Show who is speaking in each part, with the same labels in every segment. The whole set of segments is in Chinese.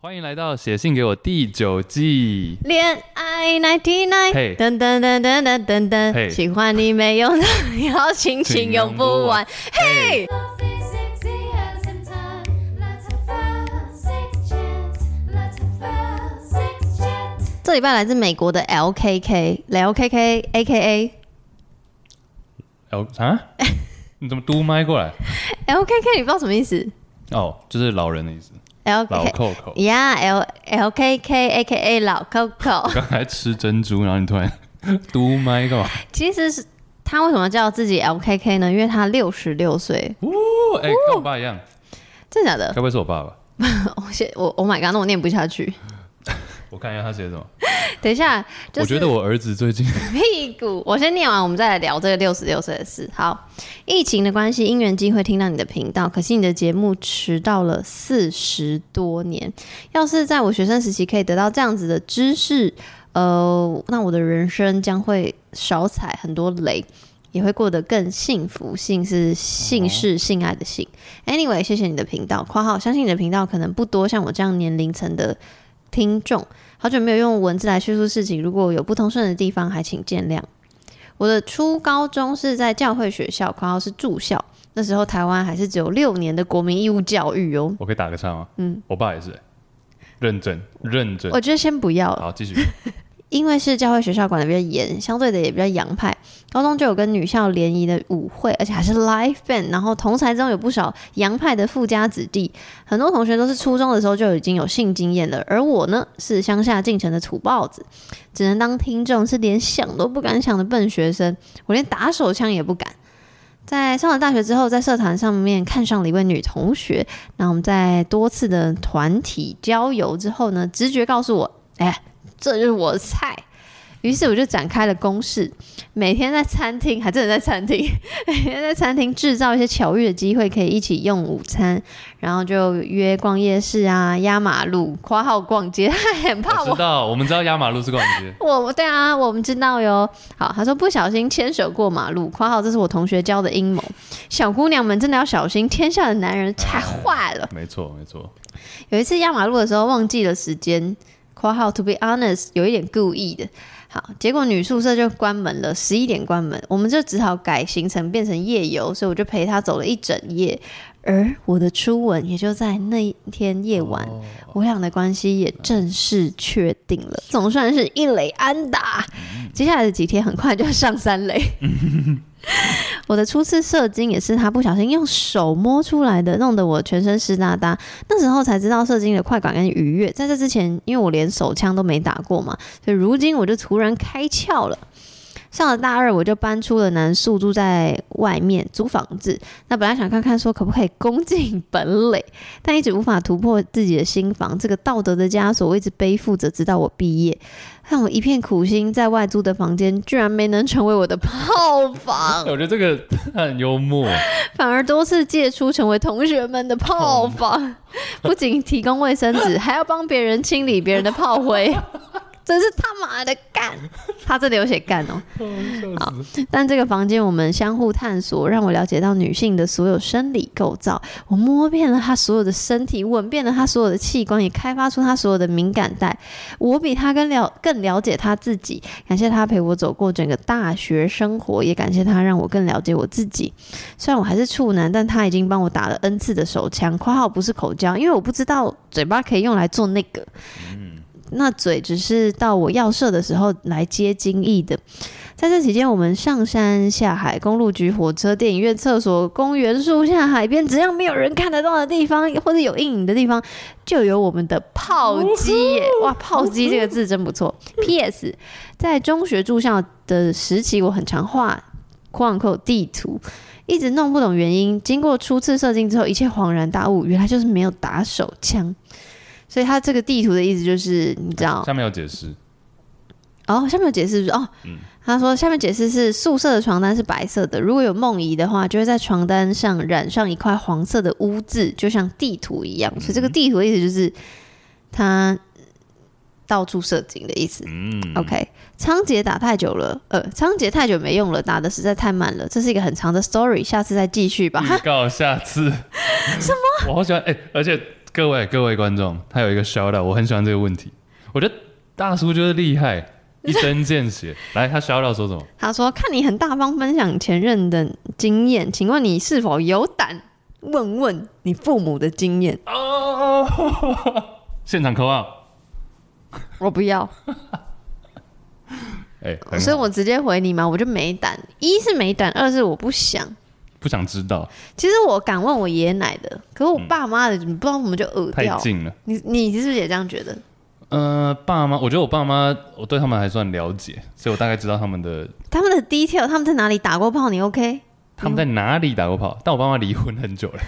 Speaker 1: 欢迎来到写信给我第九季。
Speaker 2: 恋爱 ninety
Speaker 1: 嘿
Speaker 2: nine，噔噔噔噔噔噔
Speaker 1: 嘿
Speaker 2: 噔，喜欢你没有的邀请
Speaker 1: 请
Speaker 2: 请用
Speaker 1: 用不
Speaker 2: 不完。嘿，
Speaker 3: Love is sexy as in time. Let's have fun, six chance. Let's have fun, six chance.
Speaker 2: 这礼拜来自美国的 LKK，LKK A K
Speaker 1: L 啊， 你怎么嘟麦过来？
Speaker 2: A LKK，你不知道什么意思
Speaker 1: 哦，就是老人的意思， 老
Speaker 2: ？LK
Speaker 1: 扣 扣。
Speaker 2: 呀，L LKK A K A 老 Coco，
Speaker 1: 刚才吃珍珠，然后你突然 嘟麦干嘛？
Speaker 2: 其实是他为什么叫自己 LKK 呢？因为他六十六岁，
Speaker 1: 哦，哎、跟我爸一样，
Speaker 2: 真的假的
Speaker 1: 该？不会是我爸吧？
Speaker 2: 我写我 Oh my God，那我念不下去。
Speaker 1: 我看一下他写什么。
Speaker 2: 等一下，就
Speaker 1: 我
Speaker 2: 是
Speaker 1: 觉得我儿子最近
Speaker 2: 屁股。我先念完，我们再来聊这个六十六岁的事。好，疫情的关系，因缘机会听到你的频道，可惜你的节目迟到了四十多年。要是在我学生时期可以得到这样子的知识，呃，那我的人生将会少踩很多雷。也会过得更幸福。幸是姓氏性爱的性。Anyway，谢谢你的频道。括号相信你的频道可能不多像我这样年龄层的听众。好久没有用文字来叙述事情，如果有不通顺的地方，还请见谅。我的初高中是在教会学校，括号是住校。那时候台湾还是只有六年的国民义务教育哦。
Speaker 1: 我可以打个岔吗？嗯，我爸也是、认真认真。
Speaker 2: 我觉得先不要了，
Speaker 1: 好，继续。
Speaker 2: 因为是教会学校管的比较严，相对的也比较洋派。高中就有跟女校联谊的舞会，而且还是 live band。然后同才中有不少洋派的富家子弟，很多同学都是初中的时候就已经有性经验了，而我呢是乡下进城的土豹子，只能当听众，是连想都不敢想的笨学生。我连打手枪也不敢。在上了大学之后，在社团上面看上了一位女同学，那我们在多次的团体交友之后呢，直觉告诉我，哎，这就是我的菜。于是我就展开了攻势，每天在餐厅，还真的在餐厅， 每天在餐厅制造一些巧遇的机会，可以一起用午餐，然后就约逛夜市啊、压马路（括号逛街）， 他很 怕
Speaker 1: 我
Speaker 2: 我
Speaker 1: 知道，我们知道压马路是逛 街。
Speaker 2: 我对啊，我们知道哟。好，他说不小心牵手过马路，括号这是我同学教的阴谋。小姑娘们真的要小心，天下的男人太坏了。
Speaker 1: 没错，没错。
Speaker 2: 有一次压马路的时候忘记了时间，括号 to be honest 有一点故意的。好，结果女宿舍就关门了，十一点关门，我们就只好改行程变成夜游，所以我就陪她走了一整夜。而我的初吻也就在那一天夜晚，我俩的关系也正式确定了，总算是一雷安打。接下来的几天很快就上三雷。我的初次射精也是他不小心用手摸出来的，弄得我全身湿哒哒。那时候才知道射精的快感跟愉悦。在这之前，因为我连手枪都没打过嘛，所以如今我就突然开窍了。上了大二，我就搬出了南宿，住在外面租房子。那本来想看看说可不可以攻进本垒，但一直无法突破自己的心房，这个道德的枷锁我一直背负着，直到我毕业。让我一片苦心，在外租的房间居然没能成为我的炮房。
Speaker 1: 哎我觉得这个很幽默。
Speaker 2: 反而多次借出成为同学们的炮房，不仅提供卫生纸，还要帮别人清理别人的炮灰， 真是他妈的干！他这里有写干哦。
Speaker 1: 好，
Speaker 2: 但这个房间我们相互探索，让我了解到女性的所有生理构造。我摸遍了她所有的身体，吻遍了她所有的器官，也开发出她所有的敏感带。我比她更了更了解她自己，感谢她陪我走过整个大学生活，也感谢她让我更了解我自己。虽然我还是处男，但她已经帮我打了 N 次的手枪（括号不是口交），因为我不知道嘴巴可以用来做那个。那嘴只是到我要射的时候来接精液的，在这期间，我们上山下海，公路局、火车、电影院、厕所、公园、树下、海边，只要没有人看得到的地方，或者有阴影的地方，就有我们的炮击耶！哇，炮击这个字真不错。P.S. 在中学住校的时期，我很常画（括号地图），一直弄不懂原因。经过初次射精之后，一切恍然大悟，原来就是没有打手枪。所以他这个地图的意思就是，你知道，
Speaker 1: 下面有解释。
Speaker 2: 哦，下面有解释是不是哦，他说下面解释是宿舍的床单是白色的，如果有梦遗的话，就会在床单上染上一块黄色的污渍，就像地图一样。所以这个地图的意思就是他到处射精的意思。
Speaker 1: 嗯
Speaker 2: OK，仓颉打太久了，呃，仓颉太久没用了，打的实在太慢了。这是一个 很
Speaker 1: 嗯
Speaker 2: 长的 story，下次再继续吧。
Speaker 1: 预告下次什么？我好喜欢哎、而且各位各位观众，他有一个 shout out，我很喜欢这个问题。我觉得大叔就是厉 害，一针见血。来，他 shout out 说什么？
Speaker 2: 他说：“看你很大方分享前任的经验，请问你是否有胆问问你父母的经验
Speaker 1: 哦，现场 call out，？”
Speaker 2: 我不要，
Speaker 1: 哎、很好
Speaker 2: 所以我直接回你嘛，我就没胆。一是没胆，二是我不想。
Speaker 1: 不想知道，
Speaker 2: 其实我敢问我爷爷奶的，可是我爸妈的，你不知道怎么就耳
Speaker 1: 嗯太
Speaker 2: 掉。
Speaker 1: 近了。
Speaker 2: 你你是不是也这样觉得？
Speaker 1: 呃，爸妈，我觉得我爸妈，我对他们还算了解，所以我大概知道他们的
Speaker 2: 他们的 detail，他们在哪里打过炮，你 OK？
Speaker 1: 他们在哪里打过
Speaker 2: 嗯
Speaker 1: 炮。但我爸妈离婚很久了，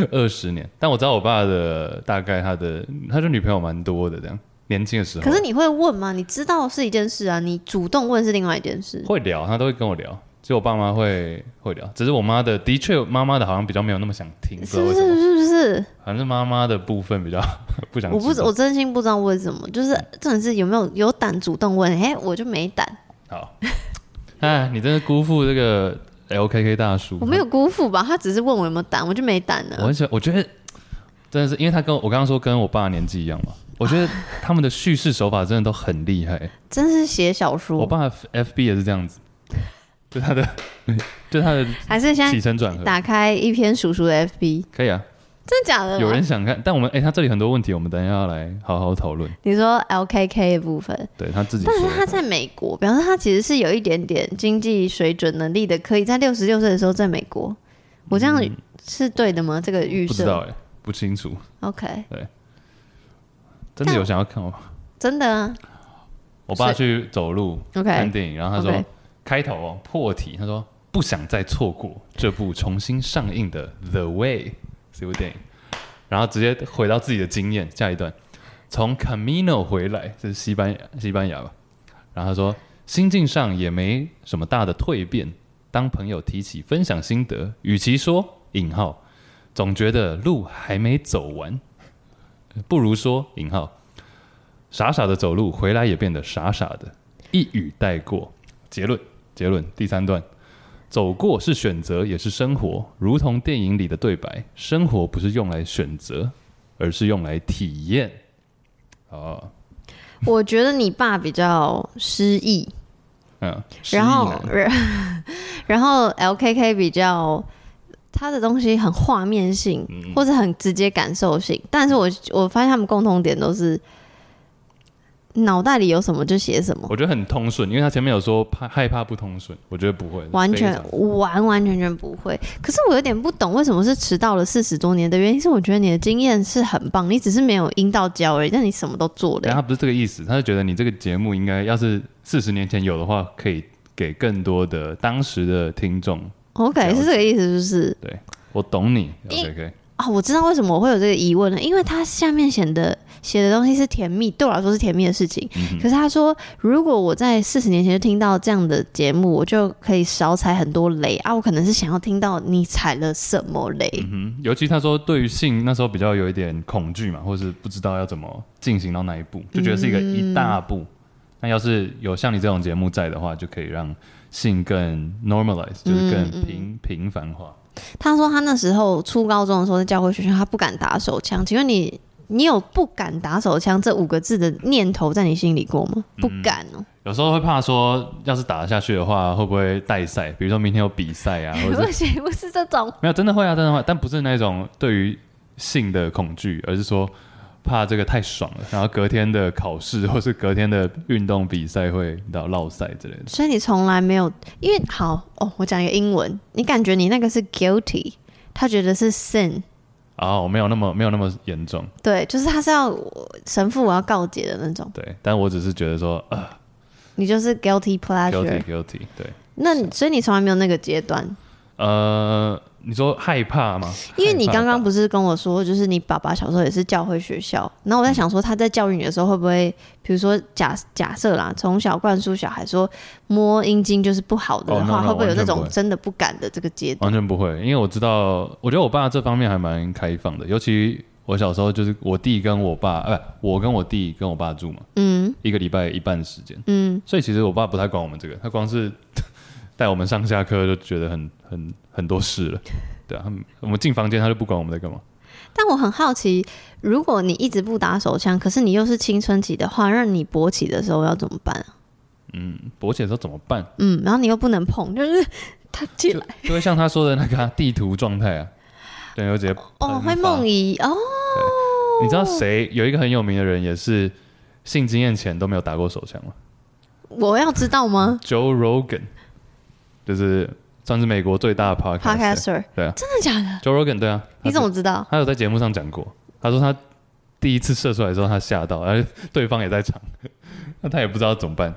Speaker 1: 二十年。但我知道我爸的大概他的他的女朋友蛮多的，这样年轻的时候。
Speaker 2: 可是你会问吗？你知道是一件事啊，你主动问是另外一件事。
Speaker 1: 会聊，他都会跟我聊。就我爸妈会会聊，只是我妈的的确，妈妈的好像比较没有那么想听，不知
Speaker 2: 是
Speaker 1: 道
Speaker 2: 不
Speaker 1: 为
Speaker 2: 是？
Speaker 1: 什么。
Speaker 2: 是不是？
Speaker 1: 反正妈妈的部分比较 不想知道。
Speaker 2: 我不知，我真心不知道为什么，就是重点是有没有有胆主动问，哎、我就没胆，
Speaker 1: 好， 哎，你真的辜负这个 LKK 大叔。
Speaker 2: 我没有，辜负吧？他只是问我有没有胆，我就没胆
Speaker 1: 嗯我
Speaker 2: 了。
Speaker 1: 很喜欢，我觉得真的是，因为他跟我我刚刚说跟我爸年纪一样嘛，我觉得他们的叙事手法真的都很厉害。
Speaker 2: 真是写小
Speaker 1: 我
Speaker 2: 说，
Speaker 1: 爸 F- FB 也是这样子，就他的 就他的
Speaker 2: 还是现
Speaker 1: 起
Speaker 2: 在
Speaker 1: 承转合，
Speaker 2: 打开一篇叔叔的 FB，
Speaker 1: 可以啊。
Speaker 2: 真的假的啦？
Speaker 1: 有人想看，但我们哎、他这里很多问题，我们等一下要来好好讨论。
Speaker 2: 你说 LKK 的部分，
Speaker 1: 对他自己说
Speaker 2: 但
Speaker 1: 的，
Speaker 2: 是他在美国，表示他其实是有一点点经济水准能力的，可以在六十六岁的时候在美国。我这样是对的吗？这个预
Speaker 1: 不知道
Speaker 2: 设
Speaker 1: 哎、不清楚，
Speaker 2: ，OK，
Speaker 1: 真的
Speaker 2: 但
Speaker 1: 有想要看我吗？
Speaker 2: 真的啊
Speaker 1: 我爸去走路看
Speaker 2: ，OK，
Speaker 1: 电影，然后他说
Speaker 2: OK
Speaker 1: 开头、哦、破题，他说不想再错过这部重新上映的《The Way》这部电影，然后直接回到自己的经验，下一段从 Camino 回来，这是西班牙西班牙吧？然后他说心境上也没什么大的蜕变，当朋友提起分享心得，与其说（引号）总觉得路还没走完，不如说（引号）傻傻的走路回来也变得傻傻的，一语带过。结论，结论，第三段，走过是选择，也是生活，如同电影里的对白，生活不是用来选择，而是用来体验。哦，
Speaker 2: 我觉得你爸比较失忆，
Speaker 1: 嗯，失忆
Speaker 2: 然后
Speaker 1: 男，
Speaker 2: 然后 LKK 比较他的东西很画面性，
Speaker 1: 嗯
Speaker 2: 或者很直接感受性。但是我我发现他们共同点都是脑袋里有什么就写什么，
Speaker 1: 我觉得很通顺，因为他前面有说怕害怕不通顺，我觉得不会，
Speaker 2: 完
Speaker 1: 非
Speaker 2: 全
Speaker 1: 常
Speaker 2: 完完全全不会。可是我有点不懂，为什么是迟到了四十多年的原因是，我觉得你的经验是很棒，你只是没有阴道交而已，但你什么都做
Speaker 1: 但
Speaker 2: 了。
Speaker 1: 他不是这个意思，他是觉得你这个节目应该要是四十年前有的话，可以给更多的当时的听众。了
Speaker 2: OK，
Speaker 1: 解
Speaker 2: 是这个意思，是不是？
Speaker 1: 我懂你
Speaker 2: 因
Speaker 1: ，OK OK，
Speaker 2: 啊、我知道为什么我会有这个疑问了，因为他下面写的写的东西是甜蜜，对我来说是甜蜜的事情。
Speaker 1: 嗯
Speaker 2: 可是他说，如果我在四十年前就听到这样的节目，我就可以少踩很多雷啊。我可能是想要听到你踩了什么雷，
Speaker 1: 嗯，尤其他说对于性那时候比较有一点恐惧嘛，或是不知道要怎么进行到那一步，就觉得是一个一大步。那要是有像你这种节目在的话，就可以让性更 normalize，就是更平、平凡化。
Speaker 2: 他说他那时候初高中的时候在教会学校，他不敢打手枪。请问你，你有不敢打手枪这五个字的念头在你心里过吗？
Speaker 1: 嗯
Speaker 2: 不敢哦、
Speaker 1: 有时候会怕说，要是打下去的话，会不会带赛？比如说明天有比赛啊，或者
Speaker 2: 不
Speaker 1: 是
Speaker 2: 行，不是这种。
Speaker 1: 没有，真的会啊，真的会，但不是那种对于性的恐惧，而是说怕这个太爽了，然后隔天的考试或是隔天的运动比赛会到落赛之类的。
Speaker 2: 所以你从来没有，因为好哦，我讲一个英文，你感觉你那个是 guilty，他觉得是 sin，
Speaker 1: 啊、我没有那么没有那么严重，
Speaker 2: 对，就是他是要我神父我要告解的那种，
Speaker 1: 对，但我只是觉得说、呃、
Speaker 2: 你就是
Speaker 1: guilty
Speaker 2: guilty pleasure。
Speaker 1: guilty，对，
Speaker 2: 那你所以你从来没有那个阶段，
Speaker 1: 呃，你说害怕吗？
Speaker 2: 因为你
Speaker 1: 害怕
Speaker 2: 刚刚
Speaker 1: 吧
Speaker 2: 不是跟我说，就是你爸爸小时候也是教会学校，
Speaker 1: 嗯
Speaker 2: 然后我在想说他在教育你的时候会不会，比如说假假设啦，从小灌输小孩说摸阴茎就是不好的
Speaker 1: 哦
Speaker 2: 的
Speaker 1: ，no，
Speaker 2: 话
Speaker 1: no，
Speaker 2: 会不会有
Speaker 1: 完
Speaker 2: 那
Speaker 1: 全不
Speaker 2: 种
Speaker 1: 会哦
Speaker 2: 真的不敢的这个阶段？
Speaker 1: 完全不会，因为我知道，我觉得我爸这方面还蛮开放的，尤其我小时候就是我弟跟我爸，呃，不我跟我弟跟我爸住嘛，
Speaker 2: 嗯
Speaker 1: 一个礼拜一半时间，
Speaker 2: 嗯，
Speaker 1: 所以其实我爸不太管我们这个，他光是 带我们上下课就觉得很很很多事了，对啊，他们我们进房间他就不管我们在干嘛，
Speaker 2: 但我很好奇，如果你一直不打手枪，可是你又是青春期的话，让你勃起的时候要怎么办啊？
Speaker 1: 勃起的时候怎么办？
Speaker 2: 嗯，然后你又不能碰，就是他进
Speaker 1: 就
Speaker 2: 来
Speaker 1: 就会像他说的那个啊地图状态啊，对，就直接
Speaker 2: 哦，
Speaker 1: 喷
Speaker 2: 会
Speaker 1: 发
Speaker 2: 梦遗哦，
Speaker 1: 你知道谁有一个很有名的人也是性经验前都没有打过手枪吗
Speaker 2: 我要知道吗
Speaker 1: ？Joe Rogan，就是算是美国最大的 podcast。
Speaker 2: ？Podcaster，
Speaker 1: 对啊
Speaker 2: 真的假的？
Speaker 1: Joe Rogan 对啊，
Speaker 2: 你怎
Speaker 1: 么
Speaker 2: 么知道？
Speaker 1: 他有在节目上讲过？他说他第一次射出来的时候他吓到，而对方也在场， 那他也不知道怎么办，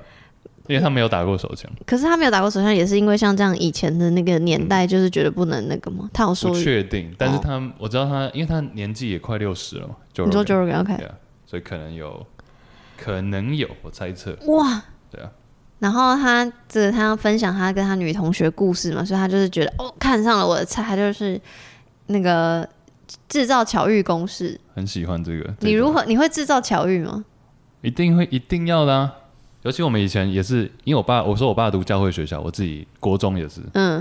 Speaker 1: 因为他没有打过手枪，
Speaker 2: 可是他没有打过手枪，也是因为像这样以前的那个年
Speaker 1: 嗯
Speaker 2: 代，就是觉得不能那个吗？他有说
Speaker 1: 不，确定。但是他、我知道他，因为他年纪也快六十了嘛，Joe
Speaker 2: 哦你说
Speaker 1: Rogan，
Speaker 2: Joe Rogan OK，
Speaker 1: 对啊，所以可能有，可能有，我猜测。
Speaker 2: 哇，
Speaker 1: 对啊。
Speaker 2: 然后他这个他要分享他跟他女同学故事嘛，所以他就是觉得哦，看上了我的菜，他就是那个制造巧遇公式。
Speaker 1: 很喜欢这个。
Speaker 2: 你
Speaker 1: 这
Speaker 2: 如
Speaker 1: 种
Speaker 2: 何你会制造巧遇吗？
Speaker 1: 一定会一定要的、啊？尤其我们以前也是，因为我爸，我说我爸读教会学校，我自己国中也是。
Speaker 2: 嗯，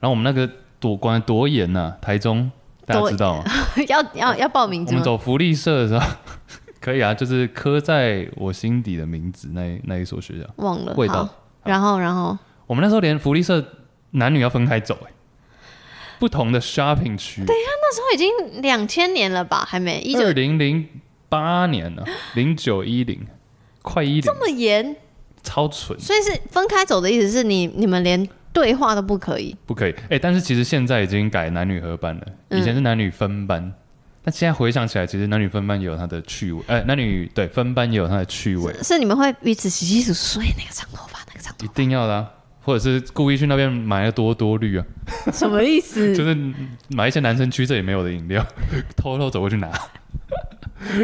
Speaker 1: 然后我们那个多管多严呐、啊台中大家
Speaker 2: 多
Speaker 1: 知 道吗？
Speaker 2: 要要要报名
Speaker 1: 我
Speaker 2: 字
Speaker 1: 们
Speaker 2: 吗？
Speaker 1: 走福利社的时候， 可以啊，就是刻在我心底的名字那那一所学校。
Speaker 2: 忘了。
Speaker 1: 味道
Speaker 2: 好。然后然后
Speaker 1: 我们那时候连福利社男女要分开走、欸，不同的 shopping 区。
Speaker 2: 那时候已经两千年了吧？还没一九
Speaker 1: 二零零八年呢、零九一零，快一零
Speaker 2: 这，么严，
Speaker 1: 超蠢。
Speaker 2: 所以是分开走的意思是你你们连对话都不可以。
Speaker 1: 不可以。哎、但是其实现在已经改男女合班了，
Speaker 2: 嗯
Speaker 1: 以前是男女分班，但现在回想起来，其实男女分班也有它的趣味，哎、男女对分班也有它的趣味，
Speaker 2: 是你们会彼此洗洗簌簌，所以那个长头发，那个长头
Speaker 1: 一定要的、啊。或者是故意去那边买了多多绿啊，
Speaker 2: 发，什么意 思？
Speaker 1: 就是买一些男生区这里没有的饮料， 偷偷走过去拿，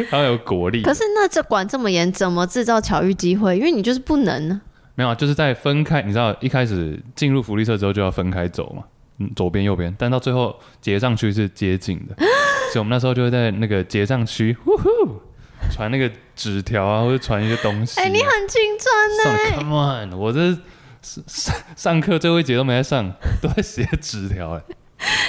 Speaker 1: 然后有果粒，
Speaker 2: 可是那这管这么严，怎么制造巧遇机会？因为你就是不能呢。
Speaker 1: 没有啊，就是在分开，你知道一开始进入福利社之后就要分开走嘛，嗯，左边右边，但到最后结账区是接近 的，所以我们那时候就会在那个结账区，呼呼，传那个纸条啊，或者传一些东西、
Speaker 2: 哎、你很青春，
Speaker 1: 上了 Come on，我这上上上课最后一节都没在上， 都在写纸条哎、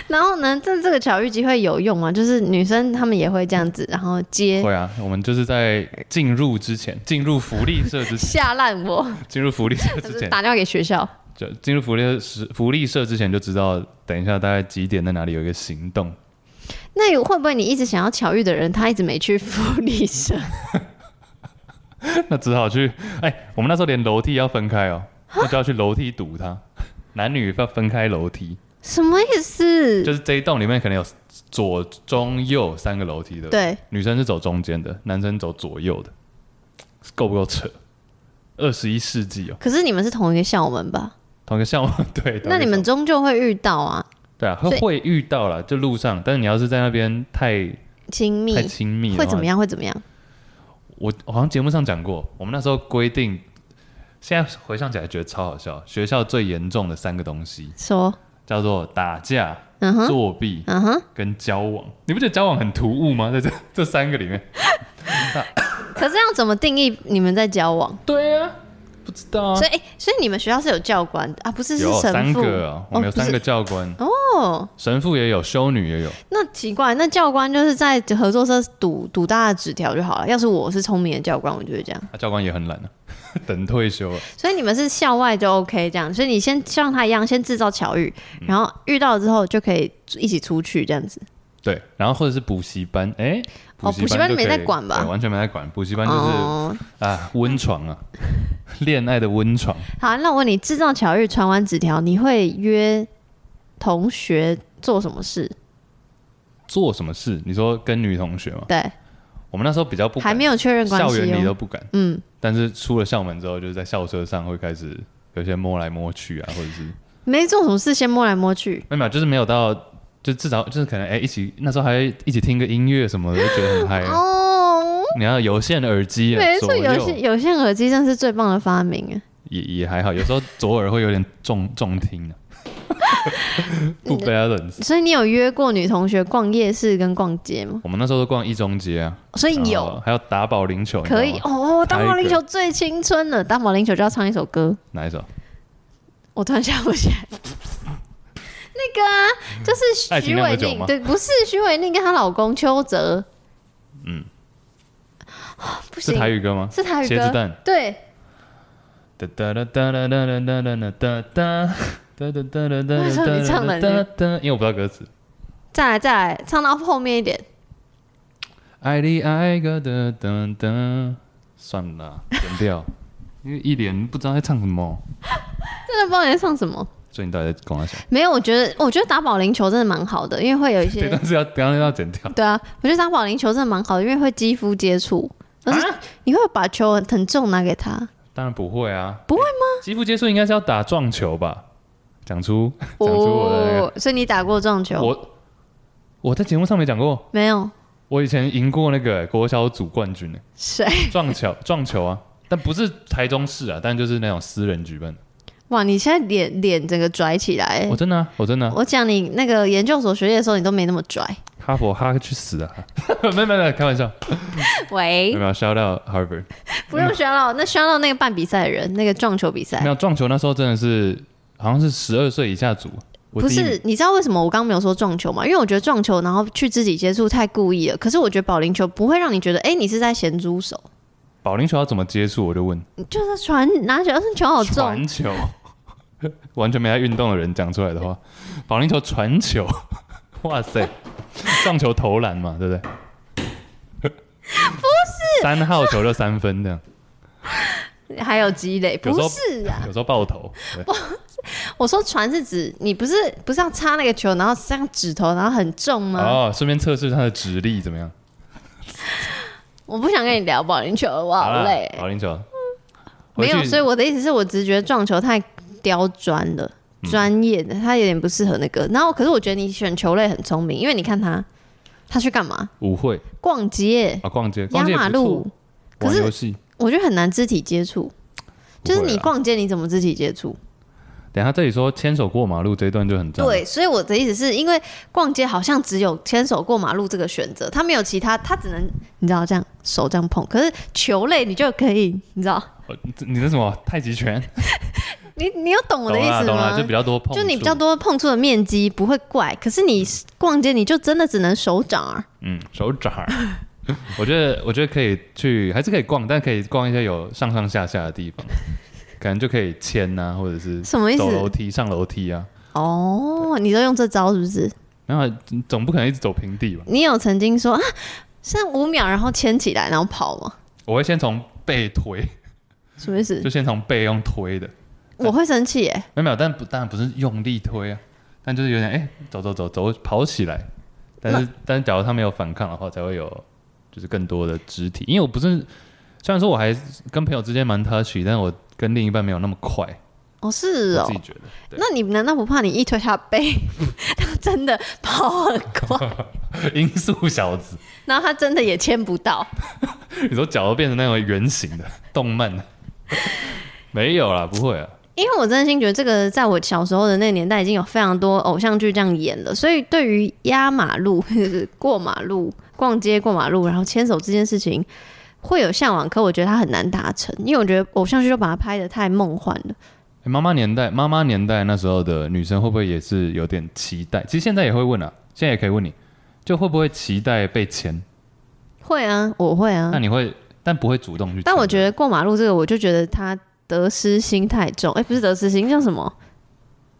Speaker 2: 然后呢，这这个巧遇机会有用吗？就是女生她们也会这样子，然后接
Speaker 1: 会啊，我们就是在进入之前，进入福利社之 前，
Speaker 2: 吓烂我，
Speaker 1: 进入福利社
Speaker 2: 就
Speaker 1: 之
Speaker 2: 是
Speaker 1: 前，
Speaker 2: 打电话给学校。
Speaker 1: 就进入福利社福利社之前就知道，等一下大概几点在哪里有一个行动。
Speaker 2: 那有会不会你一直想要巧遇的人，他一直没去福利社？
Speaker 1: 那只好去，哎、我们那时候连楼梯要分开哦，那就要去楼梯堵他，男女要分开楼梯，
Speaker 2: 什么意思？
Speaker 1: 就是这一栋里面可能有左、中、右三个楼梯的，，
Speaker 2: 对，
Speaker 1: 女生是走中间的，男生走左右的，够不够扯？二十一世纪哦，
Speaker 2: 可是你们是同一个校门吧？
Speaker 1: 同一个项目，对，同一
Speaker 2: 那
Speaker 1: 个
Speaker 2: 你们
Speaker 1: 项目
Speaker 2: 终究会遇到啊，
Speaker 1: 对啊，会
Speaker 2: 所以
Speaker 1: 会遇到啦，就路上，但是你要是在那边太
Speaker 2: 亲密
Speaker 1: 太亲密，
Speaker 2: 会怎么？样？会怎么样？
Speaker 1: 我我好像节目上讲过，我们那时候规定，现在回想起来觉得超好笑，学校最严重的三个东西。
Speaker 2: 说，
Speaker 1: 叫做打架、
Speaker 2: 嗯哼，
Speaker 1: 作弊
Speaker 2: 嗯哼。
Speaker 1: 跟交往。你不觉得交往很突兀吗？在这 这三个里面，
Speaker 2: 可是要怎么定义你们在交往？
Speaker 1: 对啊，不知道啊
Speaker 2: 所，以、哎所以你们学校是有教官的啊？不是是
Speaker 1: 有
Speaker 2: 神
Speaker 1: 三
Speaker 2: 父
Speaker 1: 个啊，我们有三个教官，
Speaker 2: 哦。
Speaker 1: 神父也有，修女也有，
Speaker 2: 那奇怪，那教官就是在合作社堵堵大家的纸条就好了。要是我是聪明的教官，我就会这样。
Speaker 1: 啊，教官也很懒啊， 等退休啊了。
Speaker 2: 所以你们是校外就 OK 这样，所以你先像他一样，先制造巧遇，
Speaker 1: 嗯
Speaker 2: 然后遇到了之后就可以一起出去这样子。
Speaker 1: 对，然后或者是补习班，哎，
Speaker 2: 哦
Speaker 1: 补
Speaker 2: 补习班
Speaker 1: 就可以
Speaker 2: 没在管吧
Speaker 1: 对完全没在管，补习班就是
Speaker 2: 哦，
Speaker 1: 啊，温床啊， 恋爱的温床。
Speaker 2: 好，那我问你，制造巧遇传完纸条，你会约同学做什么事？
Speaker 1: 做什么事？你说跟女同学吗？
Speaker 2: 对，
Speaker 1: 我们那时候比哦较不
Speaker 2: 还
Speaker 1: 敢
Speaker 2: 没，有确认关
Speaker 1: 校
Speaker 2: 系
Speaker 1: 园里
Speaker 2: 哦。
Speaker 1: 都不敢。
Speaker 2: 嗯，
Speaker 1: 但是出了校门之后，就是在校车上会开始有些摸来摸去啊，或者是
Speaker 2: 没做什么事，先摸来摸去。
Speaker 1: 没有没有，就是没有到，就至少就是可能哎、一起那时候还一起听个音乐什么的，就觉得很嗨。
Speaker 2: 哦，
Speaker 1: 你要有线耳机啊
Speaker 2: 没，
Speaker 1: 左
Speaker 2: 错，有
Speaker 1: 右
Speaker 2: 线有线耳机真是最棒的发明啊！
Speaker 1: 也也还好，有时候左耳会有点重重听啊，不 balance。
Speaker 2: 所以你有约过女同学逛夜市跟逛街吗？
Speaker 1: 我们那时候都逛一中街啊，
Speaker 2: 所以
Speaker 1: 然
Speaker 2: 有
Speaker 1: 后还有打保龄球，你知道
Speaker 2: 可
Speaker 1: 吗
Speaker 2: 以哦，打保龄球最青春了，打保龄球就要唱一首歌，
Speaker 1: 哪一首？
Speaker 2: 我突然想不起来。 那个啊，就是
Speaker 1: 爱情
Speaker 2: 徐
Speaker 1: 酿
Speaker 2: 伟
Speaker 1: 的酒
Speaker 2: 宁，
Speaker 1: 吗
Speaker 2: 对，不是徐伟宁跟她老公邱泽，哦
Speaker 1: 嗯，
Speaker 2: 不
Speaker 1: 是
Speaker 2: 行，
Speaker 1: 台语歌吗？
Speaker 2: 是台语
Speaker 1: 茄子
Speaker 2: 歌，
Speaker 1: 蛋。
Speaker 2: 对，
Speaker 1: 哒哒哒哒哒哒哒哒哒哒哒。哒哒哒哒哒
Speaker 2: 为什么你唱
Speaker 1: 哒
Speaker 2: 了
Speaker 1: 哒哒，因为我不知道歌词。
Speaker 2: 再来再来，唱到后面一点，
Speaker 1: 爱你爱个的噔噔，算了，剪掉， 因为一脸不知道在唱什么，
Speaker 2: 真的不知道你在唱什么。
Speaker 1: 所以你到底在跟我讲？
Speaker 2: 没有，我觉得我觉得打保龄球真的蛮好的，因为会有一
Speaker 1: 这
Speaker 2: 些
Speaker 1: 段是要，等一下要剪掉。
Speaker 2: 对啊，我觉得打保龄球真的蛮好的，因为会肌肤接触，但是你会把球很重拿给他。
Speaker 1: 当然不会啊，
Speaker 2: 不会
Speaker 1: 吗？肌肤接触应该是要打撞球吧？讲出
Speaker 2: 哦
Speaker 1: 讲出我的那个，
Speaker 2: 所以你打过撞球？
Speaker 1: 我我在节目上没讲过，
Speaker 2: 没有，
Speaker 1: 我以前赢过那个、国小组冠军、欸，
Speaker 2: 谁？
Speaker 1: 撞球 撞球啊，但不是台中市啊，但就是那种私人举办的。
Speaker 2: 哇，你现在脸脸整个拽起来
Speaker 1: 我。真的、啊，我真的啊、
Speaker 2: 我讲你那个研究所学业的时候，你都没那么拽。
Speaker 1: 哈佛哈去死啊！ 没有没有没有，开玩笑，没
Speaker 2: 喂
Speaker 1: 有，没有，shout out Harvard。
Speaker 2: 不用宣老，那宣老那个办比赛的人，那个撞球比
Speaker 1: 没
Speaker 2: 赛，
Speaker 1: 有撞球那时候真的是好像是十二岁以下组，我
Speaker 2: 不
Speaker 1: 第一名
Speaker 2: 是？你知道为什么我刚刚没有说撞球吗？因为我觉得撞球然后去肢体接触太故意了。可是我觉得保龄球不会让你觉得，哎、你是在咸猪手，
Speaker 1: 保龄球要怎么接触，我就问
Speaker 2: 你就是传拿球，球好重，
Speaker 1: 传球， 完全没在运动的人讲出来的话，保龄球传球， 哇塞，撞球投篮嘛，对不对？不是三号球就三分这样，
Speaker 2: 还有积累，
Speaker 1: 有时
Speaker 2: 不
Speaker 1: 候
Speaker 2: 是啊？
Speaker 1: 有时候爆头，对
Speaker 2: 我说传是指你不是不是要插那个球，然后这样指头，然后很重吗？
Speaker 1: 哦，顺便测试他的直立怎么样？
Speaker 2: 我不想跟你聊保龄球了，我
Speaker 1: 好
Speaker 2: 好
Speaker 1: 啦
Speaker 2: 累。
Speaker 1: 保龄球
Speaker 2: 没有，
Speaker 1: 回去
Speaker 2: 所以我的意思是我只是觉得撞球太刁钻了，
Speaker 1: 嗯
Speaker 2: 专业的，他有点不适合那个。然后，可是我觉得你选球类很聪明，因为你看他，他去干嘛？
Speaker 1: 舞会
Speaker 2: 逛街、
Speaker 1: 啊，逛街，
Speaker 2: 压
Speaker 1: 逛街也
Speaker 2: 马
Speaker 1: 不错
Speaker 2: 路，，可
Speaker 1: 玩
Speaker 2: 是
Speaker 1: 游戏，
Speaker 2: 我觉得很难肢体接触。就是
Speaker 1: 不会啊
Speaker 2: 你
Speaker 1: 啦
Speaker 2: 逛街，你怎么肢体接触？
Speaker 1: 等一下这里说牵手过马路这一段就很重要。
Speaker 2: 对，所以我的意思是因为逛街好像只有牵手过马路这个选择，他没有其他，他只能你知道这样手这样碰。可是球类你就可以，你知道，
Speaker 1: 这哦你那什么太极拳？
Speaker 2: 你你有 懂我的意思
Speaker 1: 懂了
Speaker 2: 吗？
Speaker 1: 就比较多碰触，
Speaker 2: 就你比较多碰触的面积不会怪，可是你逛街你就真的只能手掌啊儿。
Speaker 1: 嗯手掌 儿。我觉得我觉得可以去，还是可以逛，但可以逛一些有上上下下的地 方，可能就可以牵呐、或者是
Speaker 2: 什么意思
Speaker 1: 走楼梯、上楼梯啊。
Speaker 2: 哦，你都用这招是不是？
Speaker 1: 然后总不可能一直走平地吧？
Speaker 2: 你有曾经说啊，剩五秒，然后牵起来，然后跑吗？
Speaker 1: 我会先从背推，
Speaker 2: 什么意思
Speaker 1: 就？先从背用推的，
Speaker 2: 我会生气耶、
Speaker 1: 没有没有，但不当然不是用力推啊，但就是有点哎、走走走走跑起来。但是但是假如他没有反抗的话，才会有就是更多的肢体。因为我不是，虽然说我还跟朋友之间蛮 touchy，但我跟另一半没有那么快，
Speaker 2: 哦，是
Speaker 1: 我
Speaker 2: 哦
Speaker 1: 自己。觉得。对
Speaker 2: 那你难道不怕你一推他背， 他真的跑很快，
Speaker 1: 音速小子，
Speaker 2: 然后他真的也牵不到？
Speaker 1: 你说脚都变成那种圆形的 动漫，没有啦，不会啊。
Speaker 2: 因为我真心觉得这个在我小时候的那个年代已经有非常多偶像剧这样演了，所以对于压马路、就是过马路、逛街过马路，然后牵手这件事情会有向往，可我觉得它很难达成，因为我觉得偶像剧就把它拍的太梦幻了。
Speaker 1: 诶妈妈年代，妈妈年代那时候的女生会不会也是有点期待？其实现在也会问啊，现在也可以问你，就会不会期待被牵？
Speaker 2: 会啊，我会啊
Speaker 1: 那，你会，但不会主动去。
Speaker 2: 但我觉得过马路这个，我就觉得他得失心太重，哎、不是得失心，叫什么？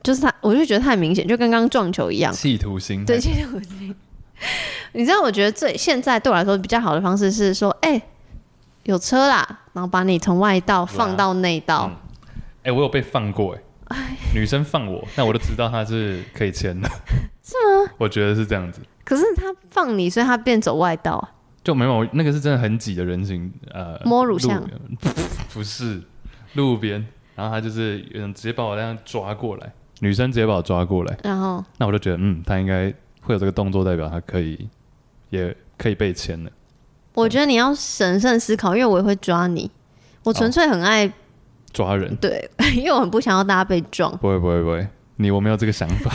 Speaker 2: 就是他，我就觉得太明显，就跟刚刚撞球一样。
Speaker 1: 企图心，
Speaker 2: 对，其实我自己，你知道，我觉得最现在对我来说比较好的方式是说，哎、有车啦，然后把你从外道放到内道。
Speaker 1: 嗯哎、我有被放过哎、女生放我，那我就知道她是可以签 的，是吗？我觉得是这样子，
Speaker 2: 可是他放你，所以他变走外道啊。
Speaker 1: 就没有那个是真的很挤的人行，呃，
Speaker 2: 摸乳巷
Speaker 1: 路边 不是路边，然后她就是有人直接把我这样抓过来，女生直接把我抓过来，
Speaker 2: 然后
Speaker 1: 那我就觉得嗯，她应该会有这个动作，代表她可以，也可以被签了。
Speaker 2: 我觉得你要审慎思考，因为我也会抓你。我纯粹很爱、
Speaker 1: 抓人，
Speaker 2: 对， 因为我很不想要大家被撞。
Speaker 1: 不会不会不会，你我没有这个想法。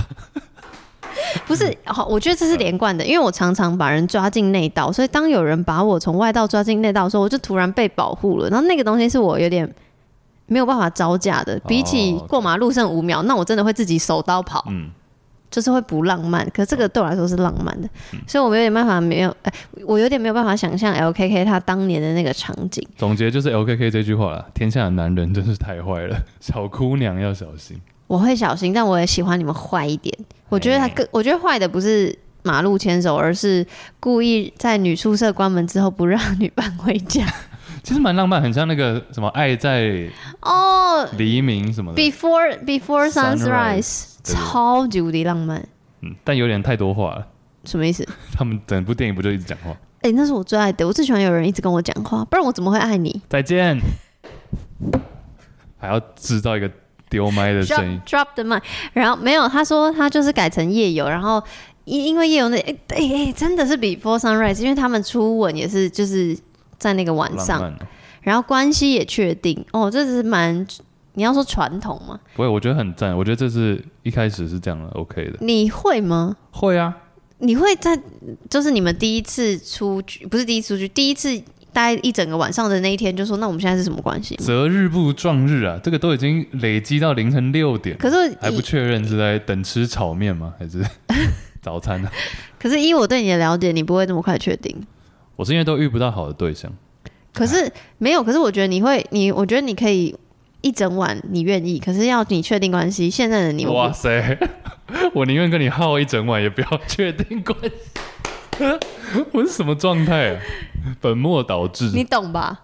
Speaker 2: 不
Speaker 1: 嗯
Speaker 2: 是，好，我觉得这是连贯的，因为我常常把人抓进内道，所以当有人把我从外道抓进内道的时候，我就突然被保护了。然后那个东西是我有点没有办法招架的，比起
Speaker 1: 哦，OK
Speaker 2: 过马路剩五秒，那我真的会自己手刀跑。
Speaker 1: 嗯，
Speaker 2: 就是会不浪漫。可这个对我来说是浪漫的，所以我有点办法没有，哎、我有点没有办法想象 LKK 他当年的那个场景。
Speaker 1: 总结就是 LKK 这句话了：天下的男人真是太坏了， 小姑娘要小心。
Speaker 2: 我会小心，但我也喜欢你们坏一点。我觉得他更，我觉得坏的不是马路牵手，而是故意在女宿舍关门之后不让女伴回 家。
Speaker 1: 其实蛮浪漫，很像那个什么《爱在
Speaker 2: 哦、
Speaker 1: 黎明》什么的，
Speaker 2: Before Before
Speaker 1: Sunrise，
Speaker 2: Sunrise，
Speaker 1: 对对对
Speaker 2: 超级无敌浪漫，
Speaker 1: 嗯，但有点太多话了。
Speaker 2: 什么意思？
Speaker 1: 他们整部电影不就一直讲话？
Speaker 2: 哎、那是我最爱的，我最喜欢有人一直跟我讲话，不然我怎么会爱你
Speaker 1: 再见， 还要制造一个丢麦的声音
Speaker 2: ？Drop。Drop the mic，然后没有，他说他就是改成夜游，然后因因为夜游那哎哎哎，真的是 Before Sunrise，因为他们初吻也是就是在那个晚
Speaker 1: 浪
Speaker 2: 上，
Speaker 1: 漫哦。
Speaker 2: 然后关系也确定，哦，这是蛮你要说传统吗？
Speaker 1: 不会，我觉得很赞。我觉得这是一开始是这样的，OK 的。
Speaker 2: 你会吗？
Speaker 1: 会啊，
Speaker 2: 你会在就是你们第一次出去，不是第一次出去，第一次待一整个晚上的那一天，就说那我们现在是什么关系？
Speaker 1: 择日不撞日啊，这个都已经累积到凌晨六点，
Speaker 2: 可是
Speaker 1: 还不
Speaker 2: 以，
Speaker 1: 确认是在等吃炒面吗？还是 早餐呢、
Speaker 2: 可是依我对你的了解，你不会这么快确定。
Speaker 1: 我是因为都遇不到好的对象，
Speaker 2: 可是没有，可是我觉得你会，你我觉得你可以一整晚你愿意，可是要你确定关系，现在的你我
Speaker 1: 哇
Speaker 2: 不
Speaker 1: 塞， 我宁愿跟你耗一整晚，也不要确定关系。 我是什么状态、啊？本末倒置。
Speaker 2: 你懂吧？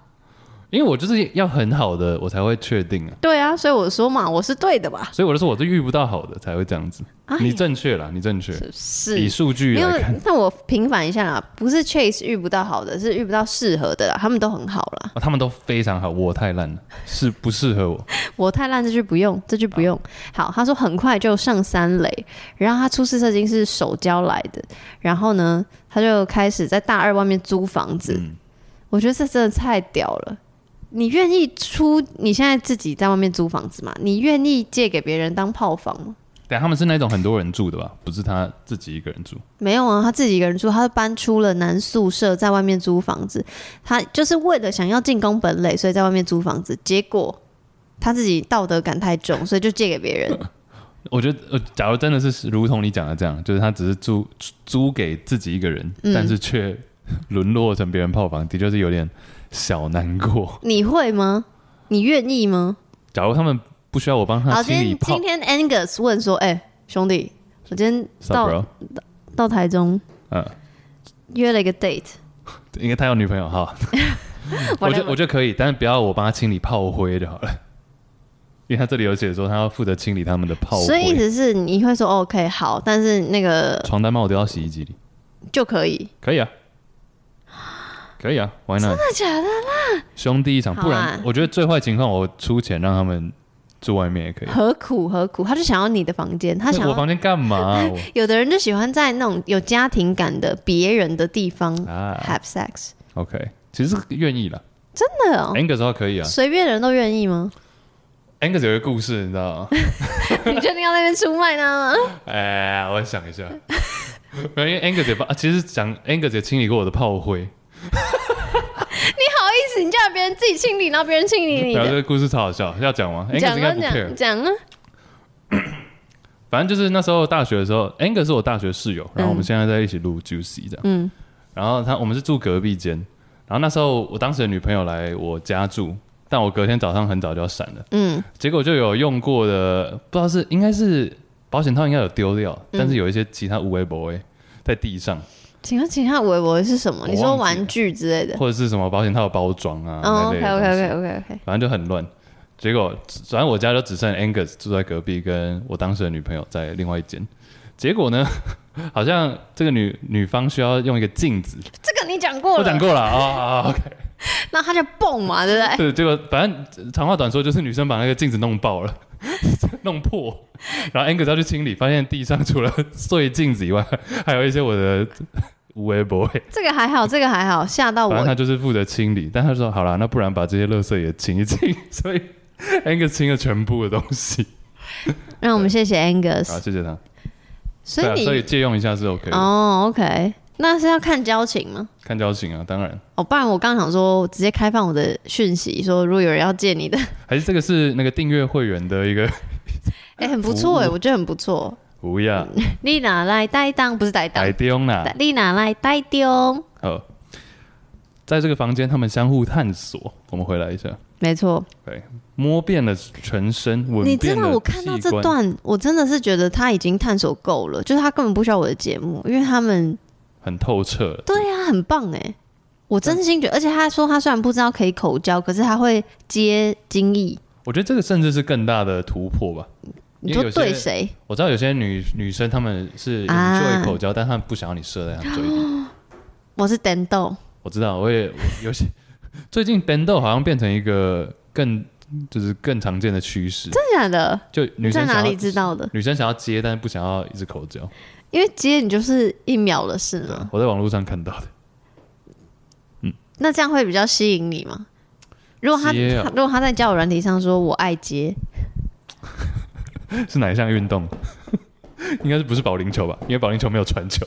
Speaker 1: 因为我就是要很好的，我才会确定啊。
Speaker 2: 对啊，所以我说嘛，我是对的吧？
Speaker 1: 所以我就说我是遇不到好的才会这样子。
Speaker 2: 哎
Speaker 1: 你正确啦，你正确。以
Speaker 2: 是。
Speaker 1: 数据
Speaker 2: 因
Speaker 1: 来
Speaker 2: 为
Speaker 1: 看，
Speaker 2: 那我平反一下啦，不是 Chase 遇不到好的，是遇不到适合的啦。他们都很好啦。
Speaker 1: 哦他们都非常好，我太烂了，是不适合我。
Speaker 2: 我太烂，这句不用，这句不用。好，他说很快就上三垒，然后他初次射精是手交来的，然后呢，他就开始在大二外面租房子。
Speaker 1: 嗯
Speaker 2: 我觉得这真的太屌了。你愿意出你现在自己在外面租房子吗？你愿意借给别人当炮房吗？
Speaker 1: 但他们是那种很多人住的吧？不是他自己一个人住。
Speaker 2: 没有啊，他自己一个人住，他搬出了男宿舍，在外面租房子。他就是为了想要进攻本垒，所以在外面租房子。结果他自己道德感太重，所以就借给 别人。
Speaker 1: 我觉得，呃，假如真的是如同你讲的这样，就是他只是租租租给自己一个人，
Speaker 2: 嗯
Speaker 1: 但是却 沦落成别人炮房，的确是有点小难过。
Speaker 2: 你会吗？你愿意吗？
Speaker 1: 假如他们不需要我帮他
Speaker 2: 好，
Speaker 1: 清
Speaker 2: 今
Speaker 1: 理
Speaker 2: 天
Speaker 1: 炮
Speaker 2: 今天 Angus 问说：“哎、兄弟，我今天
Speaker 1: ，Sup
Speaker 2: 到
Speaker 1: bro？
Speaker 2: 到台中
Speaker 1: 嗯，
Speaker 2: 约了一个 date，
Speaker 1: 应该他有女朋友哈。我觉得我觉得可以，但是不要我帮他清理炮灰就好了，因为他这里有写说他要负责清理他们的炮灰。
Speaker 2: 所以意思是你会说哦 OK 好，但是那个
Speaker 1: 床单帮我丢到洗衣机里，
Speaker 2: 就可以。
Speaker 1: 可以啊，可以啊，Why not？
Speaker 2: 真的假的？
Speaker 1: 兄弟一场，
Speaker 2: 好啊
Speaker 1: 不然我觉得最坏情况我出钱让他们住外面也可以。
Speaker 2: 何苦何苦？他就想要你的房间，他想
Speaker 1: 我
Speaker 2: 要。
Speaker 1: 房间干嘛 啊、我
Speaker 2: 有的人就喜欢在那种有家庭感的别人的地方
Speaker 1: 啊
Speaker 2: have sex，
Speaker 1: ，OK，其实是愿意了。
Speaker 2: 真的哦，
Speaker 1: Angus 说可以啊
Speaker 2: 随便人都愿 意吗？
Speaker 1: ，Angus 有一个故事，你知道 吗？
Speaker 2: 你确定要在那边出 卖呢？
Speaker 1: 哎，我想一下，没有因为 Angus 也帮，啊其实讲 Angus 也清理过我的炮灰，
Speaker 2: 好意思，你叫别人自己清理，然后别人清理你
Speaker 1: 然啊后这
Speaker 2: 的，
Speaker 1: 个故事超好笑，要讲吗？Angus
Speaker 2: 讲
Speaker 1: 应该
Speaker 2: 啊
Speaker 1: 不 care
Speaker 2: 讲。讲啊，
Speaker 1: 反正就是那时候大学的时候，Angus 是我大学室友，然后我们
Speaker 2: 嗯
Speaker 1: 现在在一起录 Juicy 这样。
Speaker 2: 嗯
Speaker 1: 然后他我们是住隔壁间，然后那时候我当时的女朋友来我家住，但我隔天早上很早就要闪了，
Speaker 2: 嗯
Speaker 1: 结果就有用过的，不知道是应该是保险套应该有丢掉，
Speaker 2: 嗯
Speaker 1: 但是有一些其他无为不为在地上，
Speaker 2: 请问，请问围围是什么？
Speaker 1: 我
Speaker 2: 你说
Speaker 1: 忘记了
Speaker 2: 玩具之类的？
Speaker 1: 或者是什么保险套的包装啊、
Speaker 2: 哦
Speaker 1: 那类
Speaker 2: ，OK
Speaker 1: 的东西
Speaker 2: OK OK OK OK，
Speaker 1: 反正就很乱。结果反正我家就只剩 Angus 住在隔壁，跟我当时的女朋友在另外一间。结果呢， 好像这个女女方需要用一个镜子，
Speaker 2: 这个你讲过
Speaker 1: 我
Speaker 2: 了，
Speaker 1: 讲过了啊啊啊，OK，
Speaker 2: 那他就蹦嘛，对不 对？
Speaker 1: 对，结果反正长话短说，就是女生把那个镜子弄爆了， 弄破，然后 Angus 要去清理，发现地上除了碎镜子以外，还有一些我的无微不微，
Speaker 2: 这个还好，这个还好，吓到
Speaker 1: 反正他
Speaker 2: 哦我。
Speaker 1: 就是负责清理，但他说好啦，那不然把这些垃圾也清一清，所 以 Angus 清了全部的东西，
Speaker 2: 让我们谢谢
Speaker 1: 好，
Speaker 2: Angus。
Speaker 1: 谢谢他。
Speaker 2: 所
Speaker 1: 对啊，啊所以
Speaker 2: 以
Speaker 1: 借用一下是 OK
Speaker 2: 你
Speaker 1: 的，
Speaker 2: 哦，OK，那是要看交情吗？
Speaker 1: 看交情啊，当然。
Speaker 2: 哦，不然我刚想说，我直接开放我的讯息，说如果有人要借 你的，
Speaker 1: 还是这个是那个订阅会员的一个
Speaker 2: 哎，很不错哎，我觉得很不错。
Speaker 1: 不要，
Speaker 2: 你哪来呆当？不是呆当
Speaker 1: 台，中啦。
Speaker 2: 你哪来呆丢？
Speaker 1: 呃，在这个房间，他们相互探索。我们回来一下，
Speaker 2: 没错，
Speaker 1: 摸遍了全身，吻
Speaker 2: 你
Speaker 1: 遍
Speaker 2: 知道
Speaker 1: 了
Speaker 2: 我看到
Speaker 1: 器
Speaker 2: 这
Speaker 1: 官，
Speaker 2: 段，我真的是觉得他已经探索够了，就是他根本不需要我的节目，因为他们
Speaker 1: 很透彻了。
Speaker 2: 对啊，很棒哎、我真心觉得，而且他说他虽然不知道可以口交，可是他会接精液。
Speaker 1: 我觉得这个甚至是更大的突破吧。
Speaker 2: 你
Speaker 1: 因为
Speaker 2: 说
Speaker 1: 有些
Speaker 2: 对谁？
Speaker 1: 我知道有些女女生她们是
Speaker 2: 啊
Speaker 1: enjoy 口交，但她们不想要你射在她们嘴里。
Speaker 2: 我是等豆，
Speaker 1: 我知道，我也我有些 最近 bendo 好像变成一个更就是更常见的趋势，
Speaker 2: 真的假的？
Speaker 1: 就女
Speaker 2: 你在
Speaker 1: 生
Speaker 2: 哪
Speaker 1: 想
Speaker 2: 里
Speaker 1: 要
Speaker 2: 知道的？
Speaker 1: 女生想要接，但是不想要一直口交。
Speaker 2: 因为接你就是一秒了事
Speaker 1: 对
Speaker 2: 吗？
Speaker 1: 我在网络上看到的，
Speaker 2: 那这样会比较吸引你吗？如果他、
Speaker 1: 接啊
Speaker 2: 他如果他在交友软体上说我爱接，
Speaker 1: 是哪一项运动？ 应该是不是保龄球吧？因为保龄球没有传球。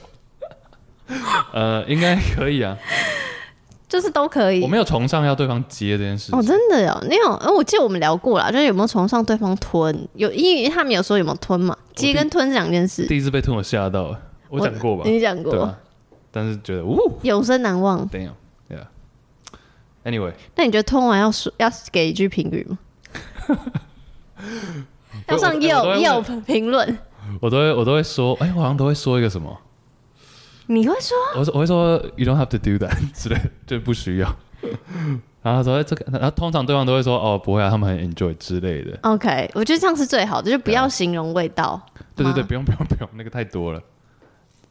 Speaker 1: 呃，应该可以啊。
Speaker 2: 就是都可以
Speaker 1: 我。没有崇尚要对方接这件事情。
Speaker 2: 哦，真的哦，你有，呃我记得我们聊过啦，就是有没有崇尚对方吞？有，因为他们有说有没有吞嘛，接
Speaker 1: 第
Speaker 2: 跟吞是两件事。
Speaker 1: 第一次被吞我吓到了，我讲过吧？
Speaker 2: 你讲
Speaker 1: 对
Speaker 2: 过，
Speaker 1: 啊，但是觉得呜，
Speaker 2: 永生难忘。
Speaker 1: 等一下，对啊。Anyway，
Speaker 2: 那你觉得吞完要说要给一句评语 吗？要
Speaker 1: 我
Speaker 2: 上
Speaker 1: 我都会
Speaker 2: 右
Speaker 1: 问
Speaker 2: 右评论，
Speaker 1: 我都会我都会说，哎、我好像都会说一个什么，
Speaker 2: 你会说
Speaker 1: 我说我会说 you don't have to do that 之类的，就不需要。 然后他说哎这个，然后通常对方都会说哦不会啊，他们很 enjoy 之类的。
Speaker 2: OK？我觉得这样是最好的，就不
Speaker 1: 对
Speaker 2: 要
Speaker 1: 啊
Speaker 2: 形容味道。
Speaker 1: 对对对，
Speaker 2: 吗
Speaker 1: 不用 不用不用，那个太多了。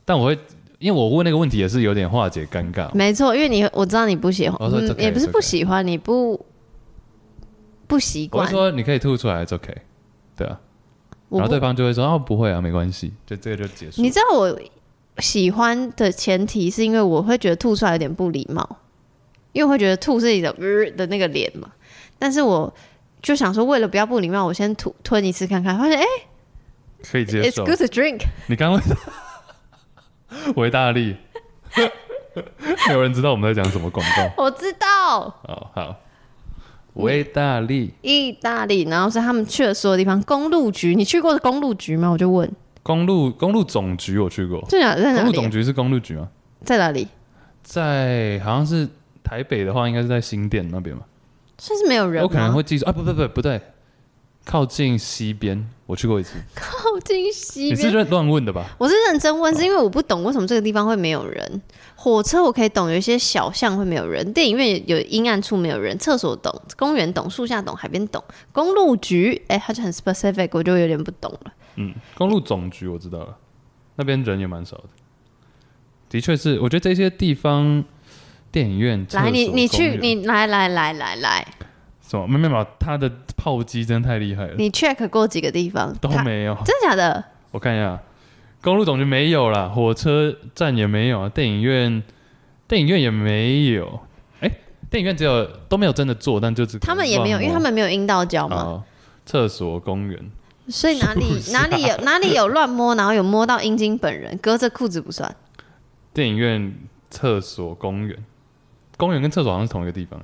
Speaker 1: 但我会，因为我问那个问题也是有点化解尴尬。
Speaker 2: 没错，因为你我知道你不喜欢，
Speaker 1: 我说
Speaker 2: 嗯
Speaker 1: it's okay,
Speaker 2: 也不是
Speaker 1: it's okay
Speaker 2: 不喜欢，你不不习
Speaker 1: 我
Speaker 2: 惯
Speaker 1: 会。说你可以吐出来，it's OK，对啊。
Speaker 2: 我
Speaker 1: 然后
Speaker 2: 不
Speaker 1: 对方就会说哦不会啊，没关系，就这个就结束
Speaker 2: 你。知道我喜欢的前提是因为我会觉得吐出来有点不礼貌，因为我会觉得吐是你的、呃、的那个脸嘛。但是我就想说，为了不要不礼貌，我先吐吞一次看看，发现哎、
Speaker 1: 可以
Speaker 2: i
Speaker 1: 接
Speaker 2: t s
Speaker 1: 受。
Speaker 2: good to drink，
Speaker 1: 你刚刚维大力， 没有人知道我们在讲什么广告。
Speaker 2: 我知道
Speaker 1: 哦，好，维大力
Speaker 2: 意大利，然后是他们去的所有地方，公路局，你去过的公路局吗？我就问，
Speaker 1: 公路公路总局我去过，
Speaker 2: 在哪在
Speaker 1: 公
Speaker 2: 哪
Speaker 1: 路总
Speaker 2: 里？啊
Speaker 1: 局是公路局吗？
Speaker 2: 在哪里？
Speaker 1: 在好像是台北的话，应该是在新店那边嘛。
Speaker 2: 算是没有人吗，
Speaker 1: 我可能会记住啊，不不不不对，靠近西边，我去过一次。
Speaker 2: 靠近西
Speaker 1: 你
Speaker 2: 边
Speaker 1: 是。乱问的吧？
Speaker 2: 我是认真问，是因为我不懂为什么这个地方会没有人。火车我可以懂，有一些小巷会没有人，电影院有阴暗处没有人，厕所懂，公园懂，树下懂，海边懂，公路局，哎、它就很 specific，我就有点不懂了。
Speaker 1: 嗯，公路总局我知道了，那边人也蛮少的。的确是，我觉得这些地方，电影院、厕
Speaker 2: 来，
Speaker 1: 所
Speaker 2: 你你
Speaker 1: 公
Speaker 2: 去，
Speaker 1: 园
Speaker 2: 你来来来来来，
Speaker 1: 什么？没没有，他的炮击真的太厉害了，
Speaker 2: 你 check 过几个地方？
Speaker 1: 都
Speaker 2: 它
Speaker 1: 没有。
Speaker 2: 真的假的？
Speaker 1: 我看一下，公路总局没有啦，火车站也没有，啊电影院电影院也没有。哎、电影院只有都没有真的做，但就是
Speaker 2: 他们也没有，因为他们没有阴道交嘛，
Speaker 1: 啊，厕所、公园，
Speaker 2: 所以哪里
Speaker 1: 树下
Speaker 2: 哪里有哪里有乱摸，然后有摸到阴茎本人，隔着裤子不算。
Speaker 1: 电影院、厕所、公园，公园跟厕所好像是同一个地方。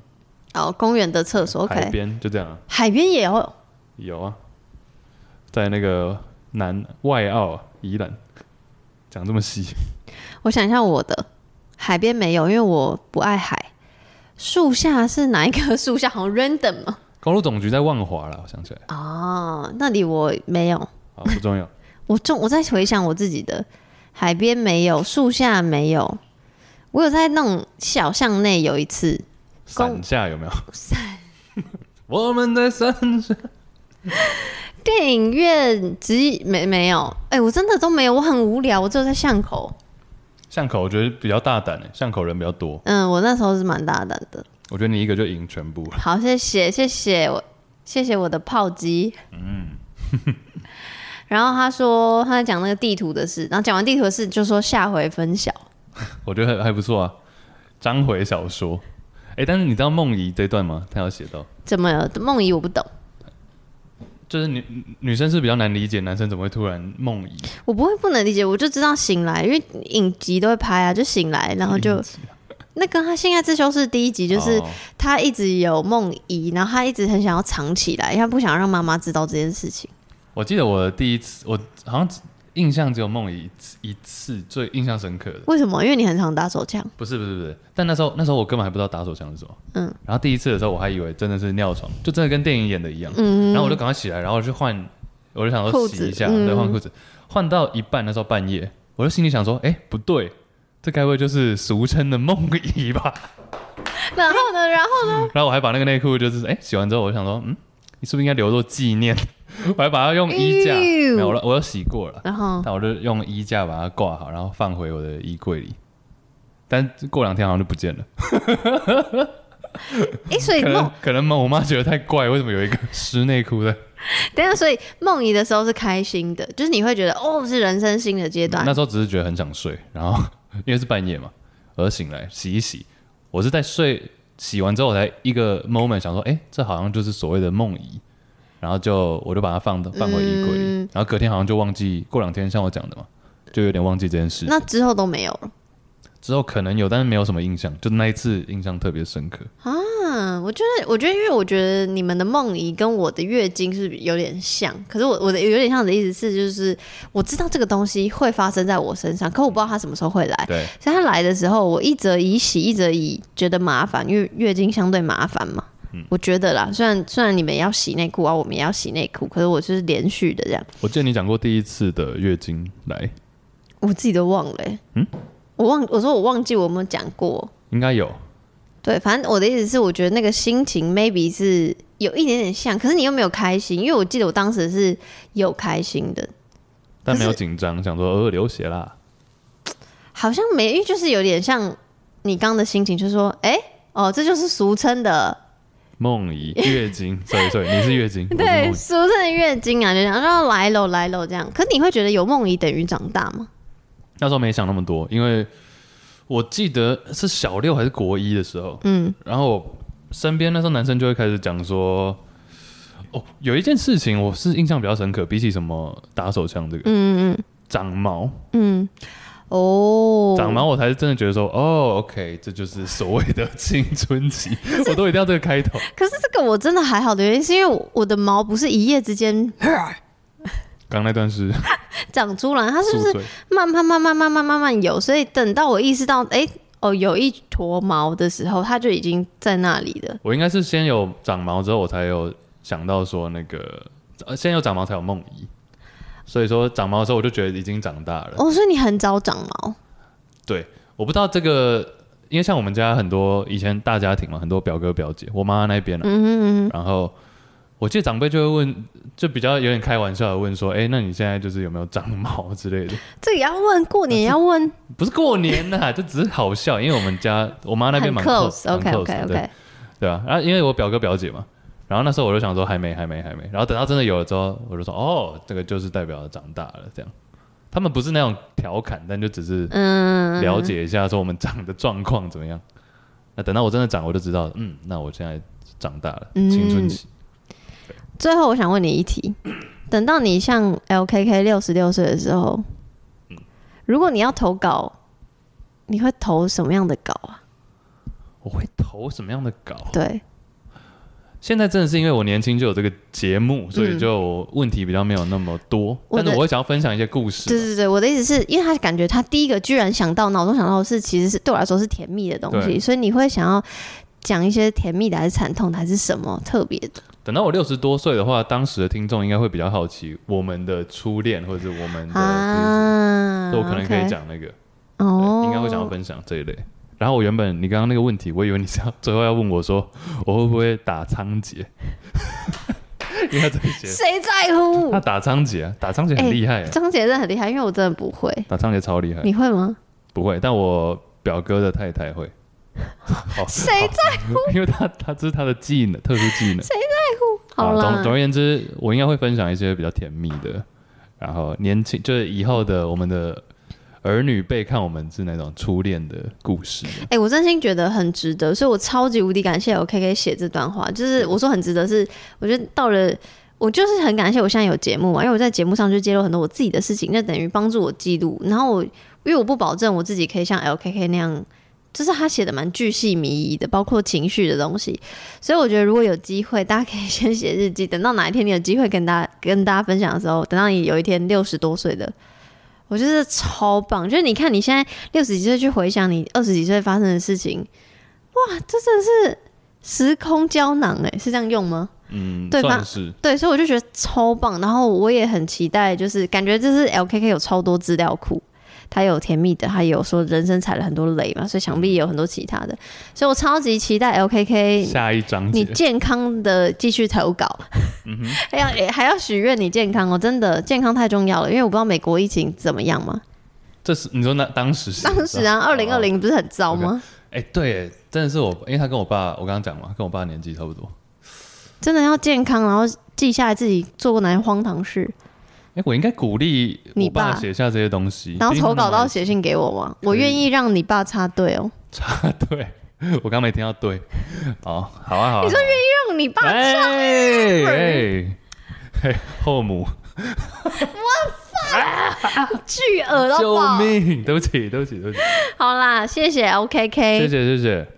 Speaker 2: 哦，公园的厕所
Speaker 1: 海
Speaker 2: ，OK，
Speaker 1: 边就这样、啊，
Speaker 2: 海边也有。
Speaker 1: 有啊，在那个南外澳啊宜兰，讲这么细，
Speaker 2: 我想一下我的，海边没有，因为我不爱海。树下是哪一棵树下？好像 random 哦。
Speaker 1: 公路总局在万华啦，我想起来，
Speaker 2: 哦，那里我没有。
Speaker 1: 好不重 要。
Speaker 2: 我中，我在回想我自己的，海边没有，树下没有。我有在那种小巷内有一次，公
Speaker 1: 伞下有没有？我们在山下。
Speaker 2: 电影院只没没有。哎、我真的都没有，我很无聊，我只有在巷口。
Speaker 1: 巷口我觉得比较大胆诶，欸巷口人比较多，
Speaker 2: 嗯，我那时候是蛮大胆的。
Speaker 1: 我觉得你一个就赢全部了。
Speaker 2: 好，谢谢谢谢我，谢谢我的炮击。嗯。然后他说他在讲那个地图的事，然后讲完地图的事就说下回分晓。
Speaker 1: 我觉得还还不错啊，章回小说。诶，但是你知道梦怡这段吗？她有写到，
Speaker 2: 怎么了梦怡我不懂，
Speaker 1: 就是女女女生是比较难理解，男生怎么会突然梦遗？
Speaker 2: 我不会不能理解，我就知道醒来，因为影集都会拍啊，就醒来，然后就那跟他性爱自修室第一集就是
Speaker 1: 哦
Speaker 2: 他一直有梦遗，然后他一直很想要藏起来，因为他不想让妈妈知道这件事情。
Speaker 1: 我记得我第一次，我好像印象只有梦遗一次一次最印象深刻的，
Speaker 2: 为什么？因为你很常打手枪，
Speaker 1: 不是不是不是，但那时候那时候我根本还不知道打手枪是什么。
Speaker 2: 嗯
Speaker 1: 然后第一次的时候我还以为真的是尿床，就真的跟电影演的一样。
Speaker 2: 嗯，
Speaker 1: 然后我就赶快起来，然后我去换，我就想
Speaker 2: 裤
Speaker 1: 说
Speaker 2: 子
Speaker 1: 洗一下，
Speaker 2: 嗯
Speaker 1: 再换裤子。换到一半的时候半夜，我就心里想说，哎、不对，这该不会就是俗称的梦遗吧？
Speaker 2: 然后呢，然后
Speaker 1: 然后我还把那个内裤就是，哎、洗完之后我就想说，嗯，你是不是应该留作纪念？ 我还把它用衣架，
Speaker 2: 哎呦
Speaker 1: 没有了，我又洗过了，
Speaker 2: 然后
Speaker 1: 但我就用衣架把它挂好，然后放回我的衣柜里。但过两天好像就不见了，
Speaker 2: 诶，所以
Speaker 1: 可能
Speaker 2: 哎梦，
Speaker 1: 可能我妈觉得太怪，为什么有一 个湿内裤在？
Speaker 2: 等一啊下，所以梦遗的时候是开心的，就是你会觉得哦，是人生新的阶段
Speaker 1: 那，时候只是觉得很想睡，然后 因为是半夜嘛，我就醒来洗一洗，我是在睡洗完之后我才一个 moment 想说，哎、这好像就是所谓的梦遗，然后就我就把它放到放回衣柜里，
Speaker 2: 嗯
Speaker 1: 然后隔天好像就忘记，过两天像我讲的嘛，就有点忘记这件事。
Speaker 2: 那之后都没有了。
Speaker 1: 之后可能有，但是没有什么印象，就那一次印象特别深刻。
Speaker 2: 嗯，我觉得，我觉得，因为我觉得你们的梦遗跟我的月经是有点像，可是我我的有点像的意思是，就是我知道这个东西会发生在我身上，可我不知道它什么时候会来。
Speaker 1: 对，
Speaker 2: 所以它来的时候，我一则以喜，一则以觉得麻烦，因为月经相对麻烦嘛。我觉得啦，虽然虽然你们也要洗内裤啊，我们也要洗内裤，可是我就是连续的这样，
Speaker 1: 我记得你讲过第一次的月经来，
Speaker 2: 我自己都忘了、欸。嗯，我忘，我说我忘记我有没有讲过。
Speaker 1: 应该有，
Speaker 2: 对，反正我的意思是，我觉得那个心情 maybe 是有一点点像，可是你又没有开心，因为我记得我当时是有开心的，
Speaker 1: 但没有
Speaker 2: 可是
Speaker 1: 紧张，想说呃流血啦。
Speaker 2: 好像没，因为就是有点像你刚刚的心情，就是说，哎、哦，这就是俗称的
Speaker 1: 梦遗月经， 对对，你是月经，我是梦
Speaker 2: 对，
Speaker 1: 遗
Speaker 2: 俗称的月经啊，就想说来喽来喽这样。可你会觉得有梦遗等于长大吗？
Speaker 1: 那时候没想那么多，因为我记得是小六还是国一的时候，
Speaker 2: 嗯，
Speaker 1: 然后我身边那时候男生就会开始讲说，哦，有一件事情我是印象比较深刻，比起什么打手枪这个，嗯嗯，长毛，
Speaker 2: 嗯，哦，
Speaker 1: 长毛，我才是真的觉得说，哦，OK，这就是所谓的青春期， 我都一定要这个开头，
Speaker 2: 可是这个我真的还好的原因，是因为我我的毛不是一夜之间
Speaker 1: 刚那段是
Speaker 2: 长出来，它是不
Speaker 1: 宿
Speaker 2: 是
Speaker 1: 醉，
Speaker 2: 慢慢慢慢慢慢慢慢有，所以等到我意识到，哎、哦，有一坨毛的时候，它就已经在那里了。
Speaker 1: 我应该是先有长毛之后，我才有想到说那个，呃，先有长毛才有梦遗。所以说长毛的时候，我就觉得已经长大了。
Speaker 2: 哦，所以你很早长毛，
Speaker 1: 我不知道这个，因为像我们家很多以前大家庭嘛，很多表哥表姐，我妈妈那边啊，
Speaker 2: 嗯嗯嗯，
Speaker 1: 然后我记得长辈就会问，就比较有点开玩笑的问说，哎、那你现在就是有没有长毛之类的？
Speaker 2: 这个也要问，过年也要问，
Speaker 1: 不是过年呐、就只是好笑，因为我们家我妈那边
Speaker 2: 很
Speaker 1: 蛮
Speaker 2: close。
Speaker 1: 蛮
Speaker 2: OK
Speaker 1: close 的
Speaker 2: OK
Speaker 1: 对
Speaker 2: OK，
Speaker 1: 对啊，然后因为我表哥表姐嘛，然后那时候我就想说还没还没还没，然后等到真的有了之后，我就说哦，这个就是代表长大了这样。他们不是那种调侃，但就只是
Speaker 2: 嗯，
Speaker 1: 了解一下说我们长的状况怎么样。那等到我真的长，我就知道，嗯，那我现在长大了，
Speaker 2: 嗯
Speaker 1: 青春期。
Speaker 2: 最后我想问你一题，等到你像 LKK 六十六岁的时候，
Speaker 1: 嗯
Speaker 2: 如果你要投稿，你会投什么样的稿啊？
Speaker 1: 我会投什么样的稿？
Speaker 2: 对，
Speaker 1: 现在真的是因为我年轻就有这个节目，所以
Speaker 2: 嗯
Speaker 1: 就问题比较没有那么多，
Speaker 2: 我的
Speaker 1: 但是我会想要分享一些故事
Speaker 2: 对
Speaker 1: 嘛。
Speaker 2: 对对，我的意思是因为他感觉他第一个居然想到脑中想到的是，其实是对我来说是甜蜜的东西，
Speaker 1: 对
Speaker 2: 所以你会想要讲一些甜蜜的，还是惨痛的，还是什么特别的？
Speaker 1: 等到我六十多岁的话，当时的听众应该会比较好奇我们的初恋或者是我们的日
Speaker 2: 啊
Speaker 1: 子，所以我可能可以
Speaker 2: OK
Speaker 1: 讲那个，
Speaker 2: 哦
Speaker 1: 对，应该会想要分享这一类。然后我原本你刚刚那个问题，我以为你是要最后要问我说我会不会打仓颉， 因为他这里写
Speaker 2: 谁在乎
Speaker 1: 他？打仓颉、啊，打仓颉很厉害、啊，
Speaker 2: 张杰真的很厉害，因为我真的不会，
Speaker 1: 打仓颉超厉害，
Speaker 2: 你会吗？
Speaker 1: 不会，但我表哥的太太会。 好
Speaker 2: 谁
Speaker 1: 在乎？因为他他这是他的技能，特殊技能。
Speaker 2: 好
Speaker 1: 啊
Speaker 2: 啦
Speaker 1: 总总，而言之，我应该会分享一些比较甜蜜的，然后年轻就是以后的我们的儿女辈看我们是那种初恋的故事。
Speaker 2: 哎、我真心觉得很值得，所以我超级无敌感谢我 K K 写这段话。就是我说很值得是，我觉得到了，我就是很感谢我现在有节目嘛，因为我在节目上就揭露很多我自己的事情，那等于帮助我记录。然后我因为我不保证我自己可以像 L K K 那样，就是他写的蛮巨细靡遗的，包括情绪的东西。所以我觉得如果有机会，大家可以先写日记，等到哪一天你有机会跟大家跟大家分享的时候，等到你有一天六十多岁的我觉得超棒。就是你看你现在六十几岁去回想你二十几岁发生的事情，哇，这真的是时空胶囊哎、是这样用吗？
Speaker 1: 嗯，
Speaker 2: 对吧
Speaker 1: 算是
Speaker 2: 对，所以我就觉得超棒。然后我也很期待，就是感觉这是 LKK 有超多资料库，它有甜蜜的，它也有说人生踩了很多雷嘛，所以想必也有很多其他的。所以我超级期待 LKK
Speaker 1: 下一章
Speaker 2: 你
Speaker 1: 节。
Speaker 2: 健康的继续投稿，还要也还要许愿你健康哦，真的健康太重要了，因为我不知道美国疫情怎么样嘛。
Speaker 1: 这是你说那当时是
Speaker 2: 当时啊，二零二。
Speaker 1: 哦
Speaker 2: 零不是很糟吗？
Speaker 1: 哎、对，真的是我，因为他跟我爸，我刚刚讲嘛，跟我爸年纪差不多。
Speaker 2: 真的要健康，然后记下来自己做过哪些荒唐事，
Speaker 1: 哎、我应该鼓励
Speaker 2: 你
Speaker 1: 我爸
Speaker 2: 爸
Speaker 1: 写下这些东西，
Speaker 2: 然后
Speaker 1: 毕竟
Speaker 2: 投
Speaker 1: 他
Speaker 2: 稿
Speaker 1: 们
Speaker 2: 到
Speaker 1: 也
Speaker 2: 写信给我吗？我
Speaker 1: 可以
Speaker 2: 愿意让你爸插队哦。
Speaker 1: 插队。我刚没听到对，哦，好啊，好啊。你说
Speaker 2: 让你爸插
Speaker 1: 哎哎嘿后母，
Speaker 2: 巨恶到
Speaker 1: 救
Speaker 2: 爆！
Speaker 1: 命！对不起，对不起，对不起，
Speaker 2: 好啦，谢谢 LKK，
Speaker 1: 谢谢，谢谢。